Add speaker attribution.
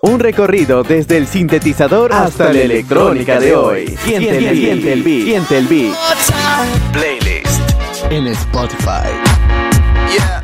Speaker 1: Un recorrido desde el sintetizador hasta la electrónica de hoy. Siente el beat, siente el beat, siente el beat.
Speaker 2: Playlist en Spotify.
Speaker 3: Yeah.